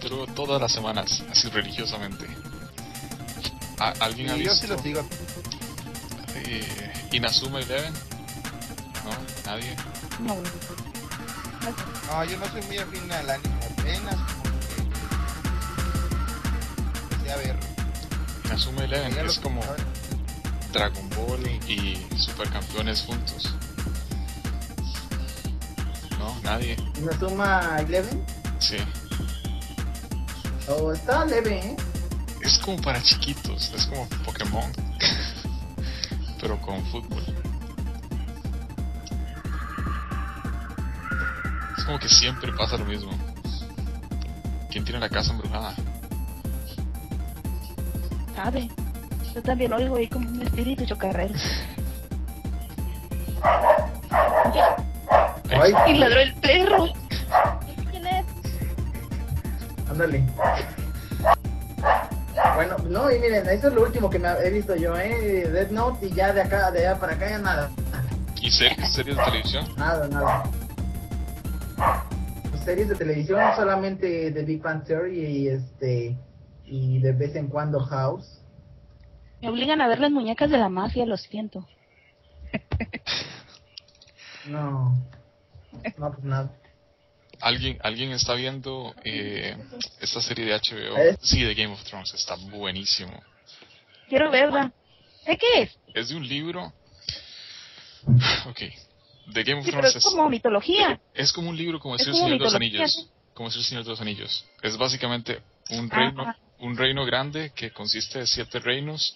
B: Yo lo veo todas las semanas, así religiosamente. ¿A- ¿Alguien ha
A: Y yo sí
B: visto
A: lo sigo.
B: eh, Inazuma Eleven? No, nadie.
C: No.
A: No, yo no soy muy afín al anime, apenas como que empecé a ver.
B: Inazuma Eleven
A: Ya
B: es
A: lo-
B: como Dragon Ball y Supercampeones juntos. No, nadie.
D: Inazuma Eleven.
B: Sí.
D: Oh, está leve, ¿eh?
B: Es como para chiquitos, es como Pokémon, pero con fútbol. Es como que siempre pasa lo mismo. ¿Quién tiene la casa embrujada?
C: Sabe. Yo también lo oigo ahí como un espíritu chocarrero.
D: Ay,
B: Eh,
C: Y ladró el perro.
G: ¿Quién es?
D: ándale. Bueno, no, y miren, eso es lo último que me ha- he visto yo, ¿eh? Death Note y ya de acá, de allá para acá ya nada,
B: ¿Y series, series de televisión?
D: nada, nada. Pues Series de televisión, solamente de Big Bang Theory y este, y de vez en cuando House.
C: Me obligan a ver las muñecas de la mafia, lo siento.
D: No, no, pues nada.
B: ¿Alguien, ¿Alguien está viendo eh, esta serie de HBO?
D: ¿Eh?
B: Sí, de Game of Thrones, está buenísimo.
C: Quiero verla. ¿De qué es?
B: Es de un libro... Ok. De Game of
C: Sí, pero
B: Thrones
C: es
B: es...
C: como mitología.
B: Es como un libro, como
C: Es
B: decir
C: como
B: el Señor de los
C: mitología,
B: Anillos.
C: ¿sí?
B: Como decir el Señor de los Anillos. Es básicamente un
C: Ah.
B: reino, un reino grande que consiste de siete reinos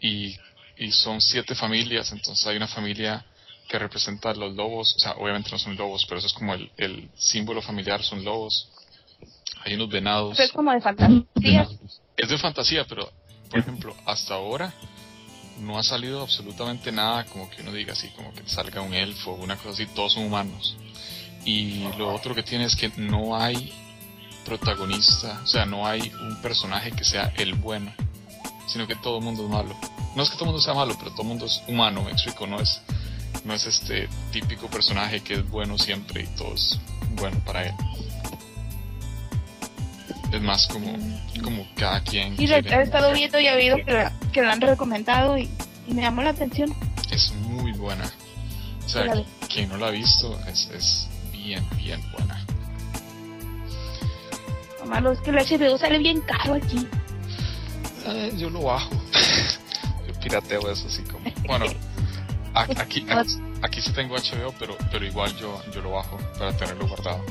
B: y, y son siete familias. Entonces hay una familia que representa a los lobos. O sea, obviamente no son lobos, pero eso es como el, el símbolo familiar, son lobos. Hay unos venados.
C: Pero es como de fantasía.
B: Es de fantasía, pero por ejemplo, hasta ahora no ha salido absolutamente nada como que uno diga así, como que salga un elfo, una cosa así, todos son humanos. Y lo otro que tiene es que no hay protagonista, o sea, no hay un personaje que sea el bueno, sino que todo el mundo es malo. No es que todo el mundo sea malo, pero todo el mundo es humano, me explico, no es, no es este típico personaje que es bueno siempre y todo es bueno para él. Es más como, como cada quien.
C: Y la
B: quiere-
C: he estado viendo y he oído que la, que la han recomendado y, y me llamó la atención.
B: es muy buena. O sea,
C: Órale.
B: quien no la ha visto es, es bien, bien buena.
C: Lo malo es que el HBO sale bien caro aquí.
B: Eh, yo lo bajo. yo pirateo eso así como. Bueno, a- aquí, aquí, aquí sí tengo HBO, pero, pero igual yo, yo lo bajo para tenerlo guardado.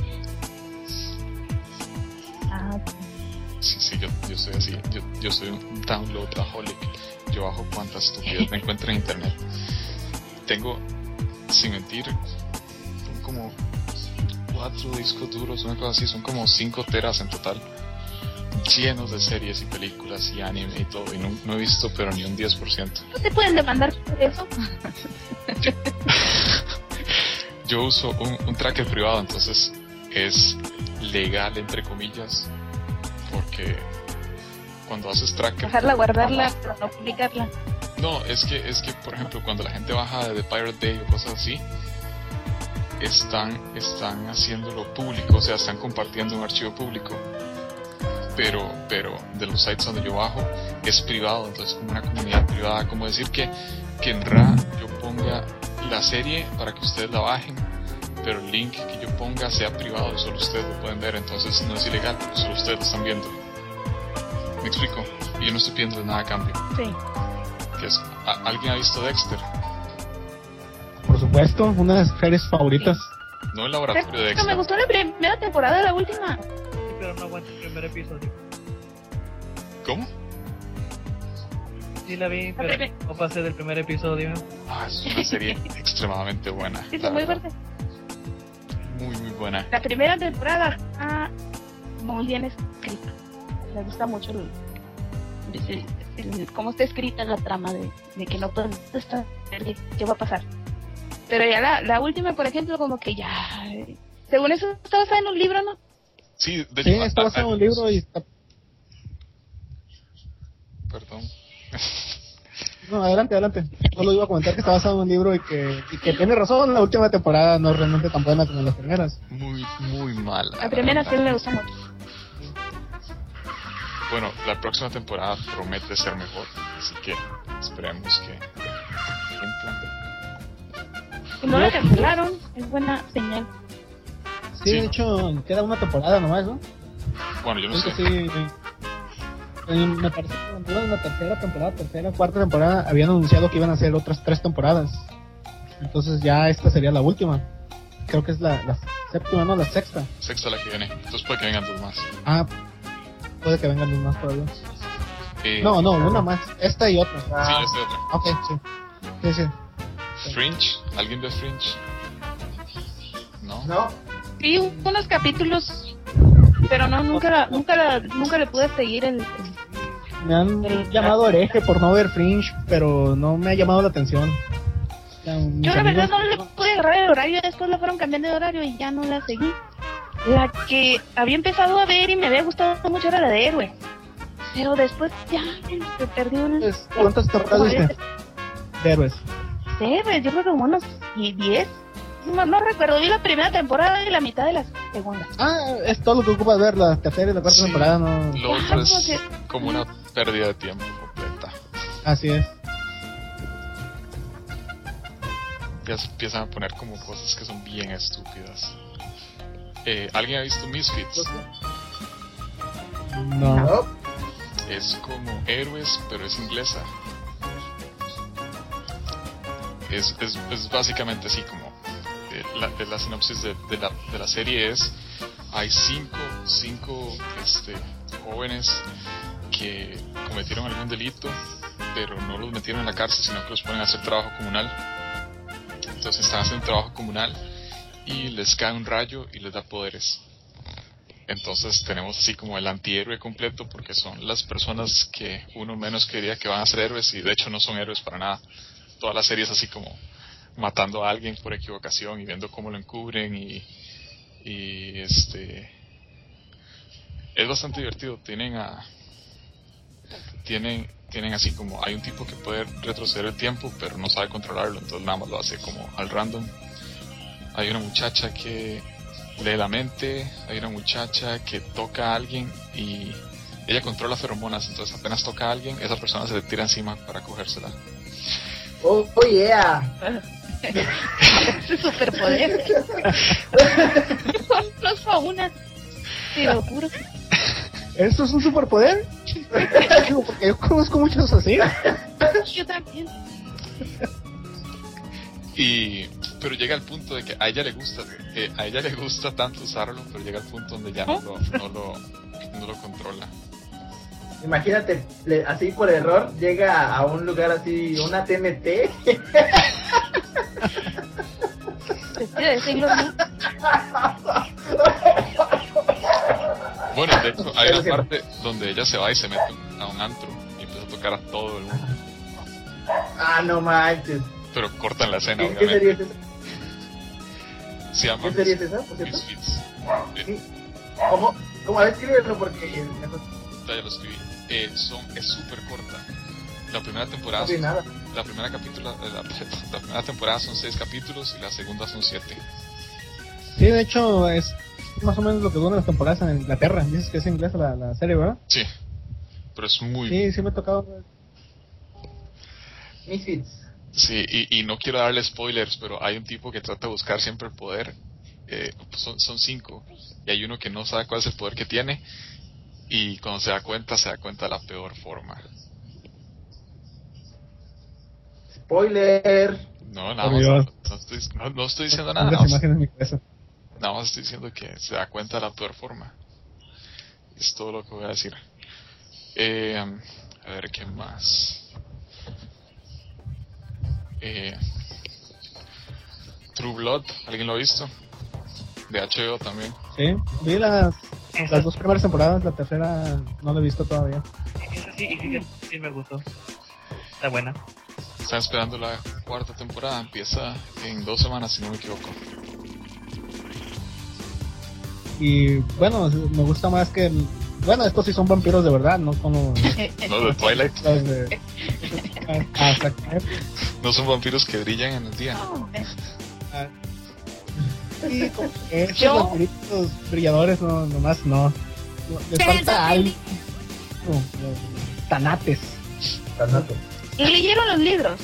C: Ah,
B: Sí, sí, yo, yo soy así. Yo, yo soy un downloadaholic. Yo bajo cuantas estupidez me encuentro en internet. Tengo, sin mentir, como cuatro discos duros, una cosa así, son como cinco teras en total, llenos de series y películas y anime y todo, y no, no he visto pero ni un 10%.
C: ¿No te pueden demandar por eso?
B: Yo uso un, un tracker privado, entonces es legal, entre comillas, porque cuando haces tracker...
C: Dejarla,
B: tú-
C: guardarla, pero no publicarla.
B: no, es que, es que, por ejemplo, cuando la gente baja de The Pirate Bay o cosas así, están, están haciéndolo público, o sea, están compartiendo un archivo público. Pero, pero de los sites donde yo bajo es privado, entonces como una comunidad privada, como decir que, que en RA yo ponga la serie para que ustedes la bajen, pero el link que yo ponga sea privado y solo ustedes lo pueden ver, entonces no es ilegal porque solo ustedes lo están viendo. ¿Me explico? Y yo no estoy pidiendo nada a cambio
C: Sí.
B: que es- ¿a- ¿Alguien ha visto Dexter?
H: Por supuesto, una de las series favoritas.
B: No el laboratorio de
C: Pero me
B: Dexter.
C: gustó la primera temporada, la última.
E: pero no aguanto el primer episodio.
B: ¿Cómo?
E: Sí la vi, pero
C: primer-
E: no pasé del primer episodio.
B: Ah, es una serie extremadamente buena.
C: Sí,
B: la
C: fue muy
B: verdad.
C: fuerte.
B: Muy, muy buena.
C: La primera temporada está muy bien escrita. Me gusta mucho el, el- el- cómo está escrita la trama de, de que no puedes estar qué va a pasar. Pero ya la, la última, por ejemplo, como que ya... eh, Según eso, está basada en un libro, ¿no?
B: Sí, de
H: Sí,
B: hecho,
H: está
B: a- a-
H: basado en un libro y está...
B: Perdón.
H: No, adelante, adelante. Solo iba a comentar que está basado en un libro y que, y que tiene razón, la última temporada no es realmente tan buena como las primeras.
B: Muy, muy mala.
C: La primera sí
B: verdad.
C: me gusta mucho.
B: Bueno, la próxima temporada promete ser mejor. Así que esperemos que.
C: Y no la cancelaron, es buena señal.
H: Sí, de hecho, queda una temporada nomás, ¿no?
B: Bueno, yo no
H: Creo que
B: sé.
H: sí. Eh, Me parece que cuando iban en la tercera temporada, tercera, cuarta temporada, habían anunciado que iban a hacer otras tres temporadas. Entonces ya esta sería la última. Creo que es la, la séptima, no, la sexta.
B: Sexta la que viene. Entonces puede que vengan dos más.
H: Ah, puede que vengan más todavía.
B: Eh,
H: No, no, una más. Esta y otra.
B: Sí,
H: Ah,
B: este otro.
H: ok, sí. Sí, sí.
B: Fringe. ¿Alguien ve Fringe? No.
D: ¿No?
C: Sí, unos capítulos, pero no, nunca, la- nunca, la- nunca le pude seguir el... el-
H: Me han llamado hereje por no ver Fringe, pero no me ha llamado la atención. O sea, mis
C: Yo la verdad
H: amigos-
C: no le pude agarrar el horario, después la fueron cambiando de horario y ya no la seguí. La que había empezado a ver y me había gustado mucho era la de héroe. Pero después ya me perdí un...
H: Pues, ¿Cuántas temporadas viste? De héroes.
C: sé, pues, yo creo que como unos 10. No, no recuerdo, vi la primera temporada y la mitad de la segunda.
H: Ah, es todo lo que ocupas ver, la tercera y la cuarta
B: Sí.
H: temporada, no.
B: Lo
C: Ajá,
B: otro es
C: porque-
B: como una pérdida de tiempo completa.
H: Así es.
B: ya se empiezan a poner como cosas que son bien estúpidas. Eh, ¿Alguien ha visto Misfits?
H: No.
D: No.
B: Es como héroes, pero es inglesa. Es, es, es básicamente así como eh, la, de la sinopsis de, de la, de la serie es hay cinco, cinco este, jóvenes que cometieron algún delito, pero no los metieron en la cárcel, sino que los ponen a hacer trabajo comunal. Entonces están haciendo trabajo comunal y les cae un rayo y les da poderes. Entonces tenemos así como el antihéroe completo porque son las personas que uno menos quería que van a ser héroes y de hecho no son héroes para nada. Toda la serie es así como matando a alguien por equivocación y viendo cómo lo encubren y, y este es bastante divertido. Tienen a tienen tienen así como hay un tipo que puede retroceder el tiempo pero no sabe controlarlo entonces nada más lo hace como al random. Hay una muchacha que lee la mente, hay una muchacha que toca a alguien y ella controla feromonas, entonces apenas toca a alguien, esa persona se le tira encima para cogérsela.
D: Oh, oh, yeah.
C: Ese superpoder. no fue una. Te lo juro.
H: ¿Eso es un superpoder? Digo, porque yo conozco muchos así.
C: Yo también.
B: Y pero llega al punto de que a ella le gusta, eh, a ella le gusta tanto usarlo, pero llega al punto donde ya no lo, no lo, no lo controla.
D: Imagínate, le- así por error, llega a un lugar así, una TNT.
C: Este Iba a decir Sailor Moon.
B: Bueno, de hecho, hay una parte donde ella se va y se mete a un antro y empieza a tocar a todo el mundo.
D: Ah, no manches.
B: Pero cortan la escena,
D: ¿Qué, qué serie es
B: obviamente.
D: esa?
B: Se llama
D: ¿Qué serie es esa, por cierto?
B: Misfits.
D: Sí. ¿Cómo? ¿Cómo? A ver, escríbelo porque... eh,
B: Ya lo escribí. Eh, son, es súper corta. La primera temporada
D: No sé nada.
B: la primera capítulo, eh, la, la primera temporada son seis capítulos y la segunda son siete.
H: Sí, de hecho, es más o menos lo que duran las temporadas en Inglaterra. Dices que es inglesa la, la serie, ¿verdad?
B: Sí. Pero es muy
H: Sí, sí me ha tocado. ver.
D: Misfits.
B: Sí, y, y no quiero darle spoilers, pero hay un tipo que trata de buscar siempre el poder. Eh, son, son cinco. Y hay uno que no sabe cuál es el poder que tiene. Y cuando se da cuenta, se da cuenta de la peor forma.
D: Spoiler.
B: No, nada
H: Por
B: más.
H: Dios.
B: No estoy, no- no estoy diciendo nada.
H: Las
B: Nada más,
H: imágenes en mi cabeza.
B: nada más estoy diciendo que se da cuenta de la peor forma. Es todo lo que voy a decir. Eh, a ver, ¿qué más? Eh, True Blood, ¿alguien lo ha visto? De HBO también.
H: Sí, vi las,
E: Esa,
H: las dos primeras temporadas, la tercera no la he visto todavía.
E: esa sí, y fíjate, sí me gustó. Está buena.
B: Están esperando la cuarta temporada, empieza en dos semanas si no me equivoco.
H: Y bueno, me gusta más que. el- Bueno, estos sí son vampiros de verdad, no
B: No,
H: como
B: de Twilight.
H: las de. Ah, Hasta caer.
B: No son vampiros que brillan en el día.
C: Ah. pues.
H: Sí, como que esos
C: Yo-
H: vampiritos brilladores, no, nomás no. No, Les falta algo. Tanates.
D: Tanato.
C: ¿Y leyeron los libros?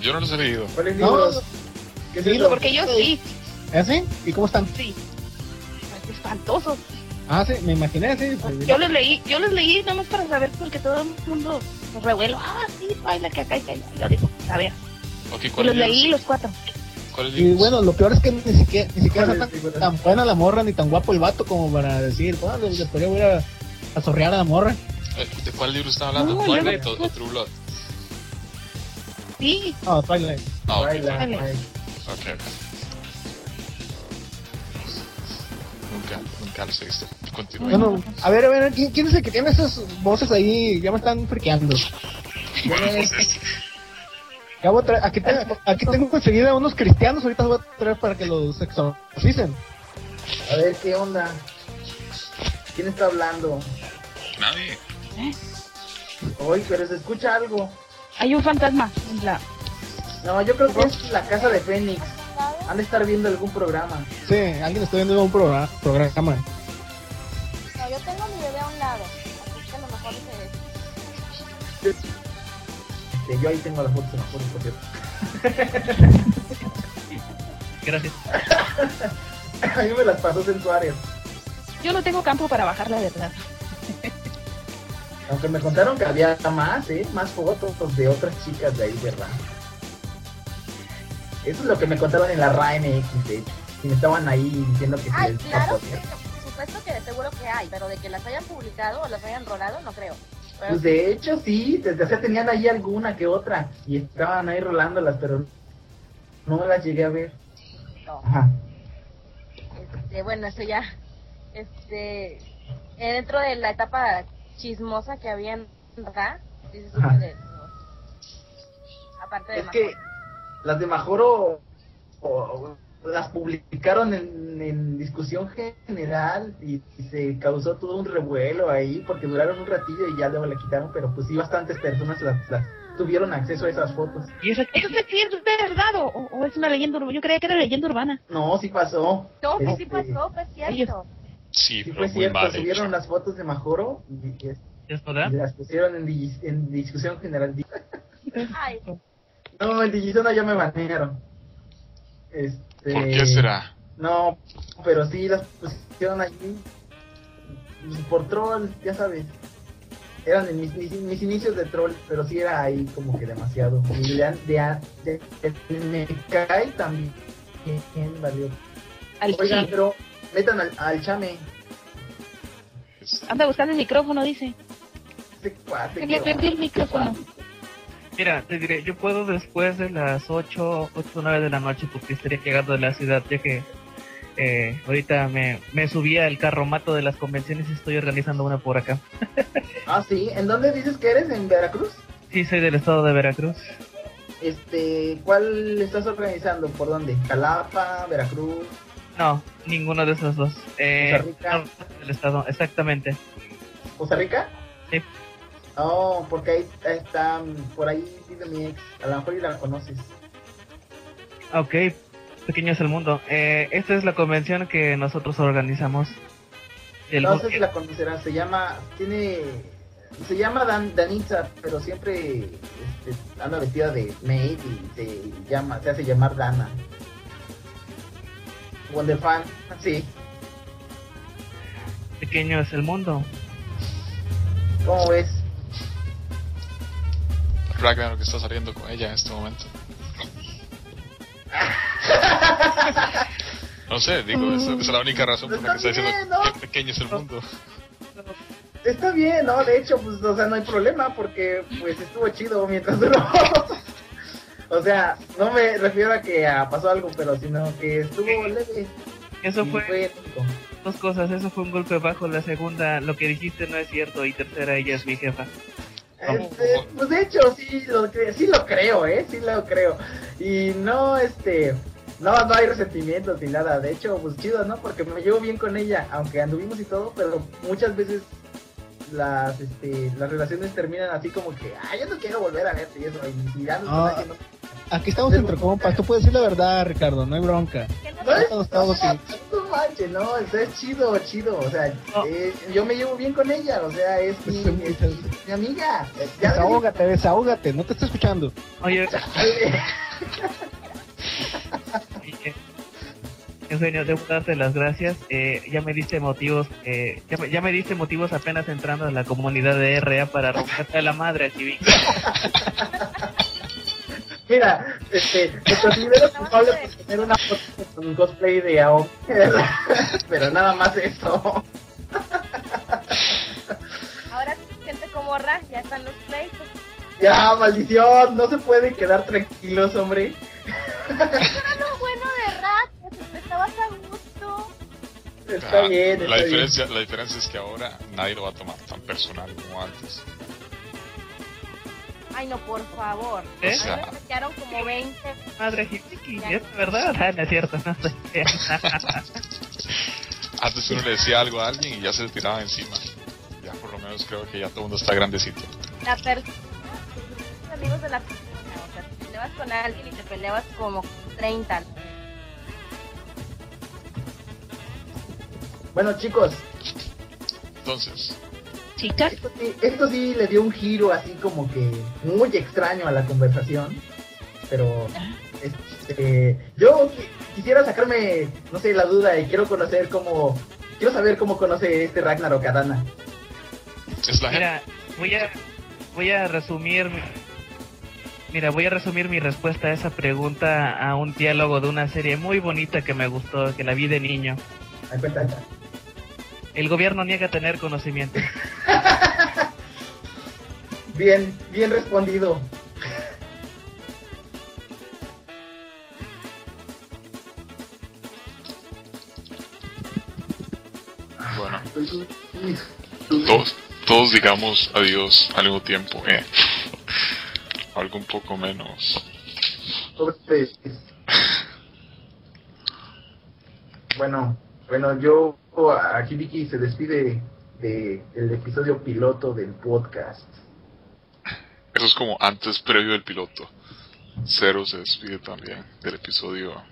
B: Yo no los he leído.
D: ¿Cuál es el
H: No,
D: libro?
H: no.
D: ¿Qué es
H: Sí,
D: eso?
C: Porque yo sí,
H: ¿Eh, sí? ¿Y cómo están?
C: sí. Espantosos.
H: Ah, sí, me imaginé, sí. pues,
C: Yo los leí, yo los leí nomás para saber porque todo el mundo nos revuelo. Ah, sí, baila que acá y que allá. Yo digo, a ver.
B: Ok,
C: Y
B: ¿cuál
C: los
B: es
C: leí los cuatro.
B: ¿Cuál es
H: Y bueno, lo peor es que ni siquiera, ni siquiera
D: ¿Cuál
H: está
D: es el libro?
H: tan, tan buena la morra ni tan guapo el vato como para decir, bueno, le, le podría ir a, a zorrear a la morra.
B: Eh, ¿De cuál libro están hablando?
C: No,
B: ¿Twilight
C: yo
B: o,
C: no-
B: o True Blood?
C: Sí,
H: No, Twilight.
B: Ah, ok,
D: Ay, la-
C: Twilight.
D: ay.
B: ok, ok. Nunca, nunca los he visto. Continúe.
H: Bueno, a ver, a ver, ¿quién, quién es el que tiene esas voces ahí? Ya me están friqueando.
B: Buenas voces.
H: Ya voy a traer- aquí, te- aquí tengo conseguida unos cristianos, ahorita los voy a traer para que los exorcicen.
D: A ver, ¿qué onda? ¿Quién está hablando?
B: Nadie.
D: Oye, pero se escucha algo.
C: hay un fantasma en la
D: No, yo creo que es la casa de Fénix. Han de estar viendo algún programa.
H: Sí, alguien está viendo un programa. programa.
G: No, yo tengo mi bebé a un lado. Así que a lo mejor se...
D: Que yo ahí tengo las fotos, las fotos, por cierto.
E: Gracias.
D: A mí me las pasó Sensuario.
C: Yo no tengo campo para bajar, la verdad.
D: Aunque me contaron que había más, ¿eh? Más fotos de otras chicas de ahí, ¿verdad? Eso es lo que me contaron en la RAMX, de hecho. Y me estaban ahí diciendo que
G: Ay,
D: sí,
G: claro.
D: por
G: que-
D: cierto.
G: Por supuesto que de seguro que hay, pero de que las hayan publicado o las hayan rolado, no creo. Pero
D: Pues de hecho sí, desde hace tenían ahí alguna que otra y estaban ahí rolándolas, pero no las llegué a ver.
G: no.
D: Ajá.
G: Este, bueno, eso ya. Este, eh, dentro de la etapa chismosa que había en acá, sí se supo
D: Ajá.
G: de- Aparte de
D: Es que las de Majoro o- o las publicaron en, en discusión general y, y se causó todo un revuelo ahí porque duraron un ratillo y ya luego la quitaron, pero pues sí bastantes personas las, las tuvieron acceso a esas fotos.
E: Y esa
C: ¿Eso sí es verdad o, o es una leyenda urbana? Yo creía que era leyenda urbana.
D: No, sí pasó.
G: No, pues sí
D: Este,
G: pasó, fue cierto.
B: Sí,
D: Sí
B: pero
D: fue
B: muy
D: cierto,
B: mal hecho.
D: subieron las fotos de Majoro y, y-
E: es
D: y
E: verdad.
D: las pusieron en, dis- en discusión general.
G: Ay,
D: No, en Digizona ya me banearon. Este,
B: ¿Por qué será?
D: No, pero sí las pusieron allí. Por troll, ya sabes. Eran en mis, mis- mis inicios de troll, pero sí era ahí como que demasiado. Y de, de, de- de- me cae también. Bien, valió.
C: Al
D: Oigan,
C: chile.
D: pero metan al, al chame.
B: Es-
C: Anda buscando el micrófono, dice.
D: Ese cuate,
C: Se le
D: qué
C: perdió el micrófono.
E: Mira, te diré, yo puedo después de las 8, 8 o 9 de la noche porque estaría llegando de la ciudad, ya que eh, ahorita me, me subí al carromato de las convenciones y estoy organizando una por acá.
D: Ah, sí. ¿En dónde dices que eres? ¿En Veracruz?
E: Sí, soy del estado de Veracruz.
D: Este, ¿cuál estás organizando? ¿Por dónde? ¿Calapa? ¿Veracruz?
E: No, ninguno de esos dos. Eh,
D: Costa Rica.
E: no, del estado, exactamente.
D: ¿Costa Rica?
E: Sí.
D: Oh, porque ahí está, por ahí vive mi ex. A lo mejor y la conoces.
E: Ok, pequeño es el mundo. Eh, esta es la convención que nosotros organizamos. El
D: no
E: bu-
D: sé si la conocerás. Se llama, tiene, se llama Dan, Danitza, pero siempre este, anda vestida de maid y se llama, se hace llamar Dana. Wonderfan, sí.
E: pequeño es el mundo.
D: ¿Cómo ves?
B: Ragnar que está saliendo con ella en este momento. No sé, digo, esa, esa es la única razón por la que está
D: Está
B: diciendo
D: bien, ¿no?
B: que pequeño es el mundo.
D: Está bien, ¿no? De hecho, pues, o sea, no hay problema porque, pues, estuvo chido mientras duró. o sea, no me refiero a que ah, pasó algo, pero sino que estuvo leve.
E: Eh, Eso
D: y
E: fue
D: épico.
E: dos cosas. Eso fue un golpe bajo. La segunda, lo que dijiste no es cierto. Y tercera, ella es mi jefa.
D: Este, pues de hecho, sí lo, cre- sí lo creo, ¿eh? Sí lo creo. Y no, este, no, no hay resentimientos ni nada. De hecho, pues chido, ¿no? Porque me llevo bien con ella, aunque anduvimos y todo, pero muchas veces las, este, las relaciones terminan así como que, ah, yo no quiero volver a verte y eso. Y, y ya no,
H: Ah.
D: no,
H: Aquí estamos entre compas, tú puedes decir la verdad, Ricardo, no hay bronca.
D: no es-
H: Estamos todos
D: no,
H: sí.
D: no manches, no, o sea, es chido, chido. O sea,
E: No.
D: eh, yo me llevo bien con ella, o sea, es mi,
H: Pues,
D: es mi- mi amiga. eh, Ya-
H: Desahógate, desahógate, no te está escuchando.
E: Oye, oye, eh, Eugenio, debo darte las gracias. Eh, ya me diste motivos. Eh, ya, me, ya me diste motivos apenas entrando a la comunidad de RA para romperte a la madre, Chivico.
D: Mira, este, me considero culpable por tener una foto con un cosplay de Aoki, pero nada más eso.
G: Ahora gente como Ra, ya están los pleitos.
D: Ya, maldición, no se pueden quedar tranquilos, hombre.
G: Era lo Ah, bueno de Ra, que te estabas a gusto.
D: Está
B: Ah,
D: bien,
B: la
D: está bien.
B: diferencia, la diferencia es que ahora nadie lo va a tomar tan personal como antes.
G: Ay, no, por favor.
E: ¿Eh?
G: A mí me saquearon como 20.
E: Madre, Chiviqui, es verdad. Ah, no es cierto. no sé.
B: Antes uno le decía algo a alguien y ya se le tiraba encima. Ya por lo menos creo que ya todo el mundo está grandecito.
G: La persona, tus amigos de la persona. O sea, te peleabas con alguien y te peleabas como 30.
D: Bueno, chicos,
B: Entonces,
C: Chicas,
D: esto sí, esto sí le dio un giro así como que muy extraño a la conversación, pero este, yo qui- quisiera sacarme, no sé, la duda y quiero conocer cómo, quiero saber cómo conoce este Ragnarok a Dana.
B: es la gente.
E: Mira, voy a, voy a resumir. mi- Mira, voy a resumir mi respuesta a esa pregunta a un diálogo de una serie muy bonita que me gustó, que la vi de niño.
D: Ay, cuenta, cuenta.
E: El gobierno niega tener conocimiento.
D: Bien, bien respondido.
B: Bueno, todos, todos digamos adiós al mismo tiempo. eh. Algo un poco menos.
D: Sobre- Bueno, bueno, yo aquí Vicky se despide de el episodio piloto del podcast.
B: Eso es como antes previo del piloto. Cero se despide también del episodio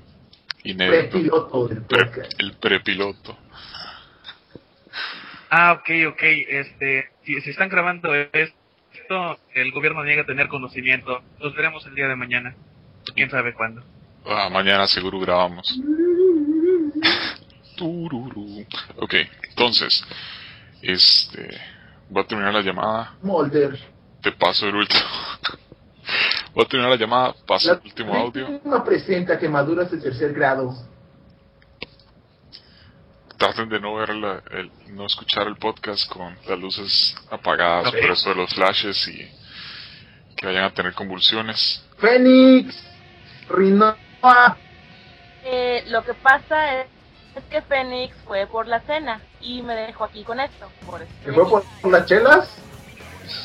B: inédito.
D: Pre-piloto del
B: Pre-
D: podcast.
B: el prepiloto.
E: Ah, ok, ok. Este, si, si están grabando esto, el gobierno niega tener conocimiento. Nos veremos el día de mañana. Quién sabe cuándo.
B: Ah, mañana seguro grabamos. Tururú. Ok, entonces, este, voy a terminar la llamada,
D: Molder.
B: te paso el último. voy a terminar la llamada, paso
D: La
B: el último audio,
D: víctima presenta quemaduras de tercer grado.
B: traten de no ver la- el, no escuchar el podcast con las luces apagadas, por eso de los flashes y que vayan a tener convulsiones.
D: Fénix, Rinoa,
G: Eh, lo que pasa es, es que Fénix fue por la cena y me dejó aquí con esto. Por eso.
D: ¿se fue por las chelas?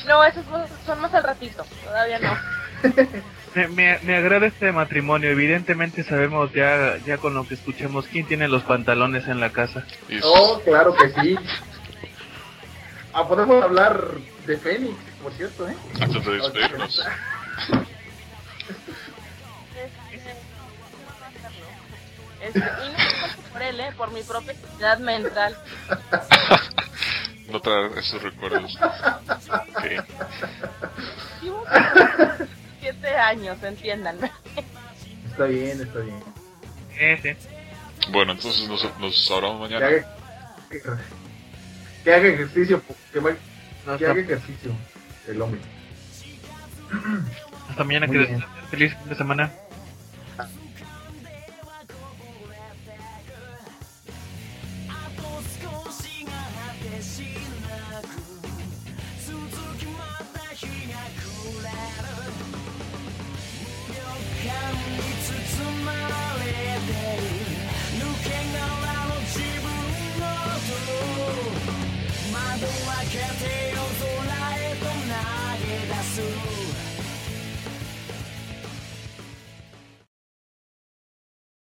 G: No, esos son- son más al ratito, todavía no.
E: Me, me, me agrada este matrimonio. Evidentemente sabemos ya, ya con lo que escuchamos quién tiene los pantalones en la casa.
B: Y
D: Oh, claro que sí. Ah, podemos hablar de Fénix, por cierto, ¿eh?
B: antes de despedirnos,
G: Este, este, y no es tanto por él, eh, por mi propia actividad mental.
B: no traer esos recuerdos. Ok.
G: Llevo siete años, entiéndanme.
D: Está bien, está bien.
E: Ese.
B: Bueno, entonces nos, nos hablamos
D: Que
B: mañana.
D: haga, que, que haga ejercicio, que, va-
E: No,
D: que
E: hasta,
D: haga ejercicio el hombre.
E: hasta mañana
D: Muy
E: que
D: bien.
E: feliz fin de semana.
J: 「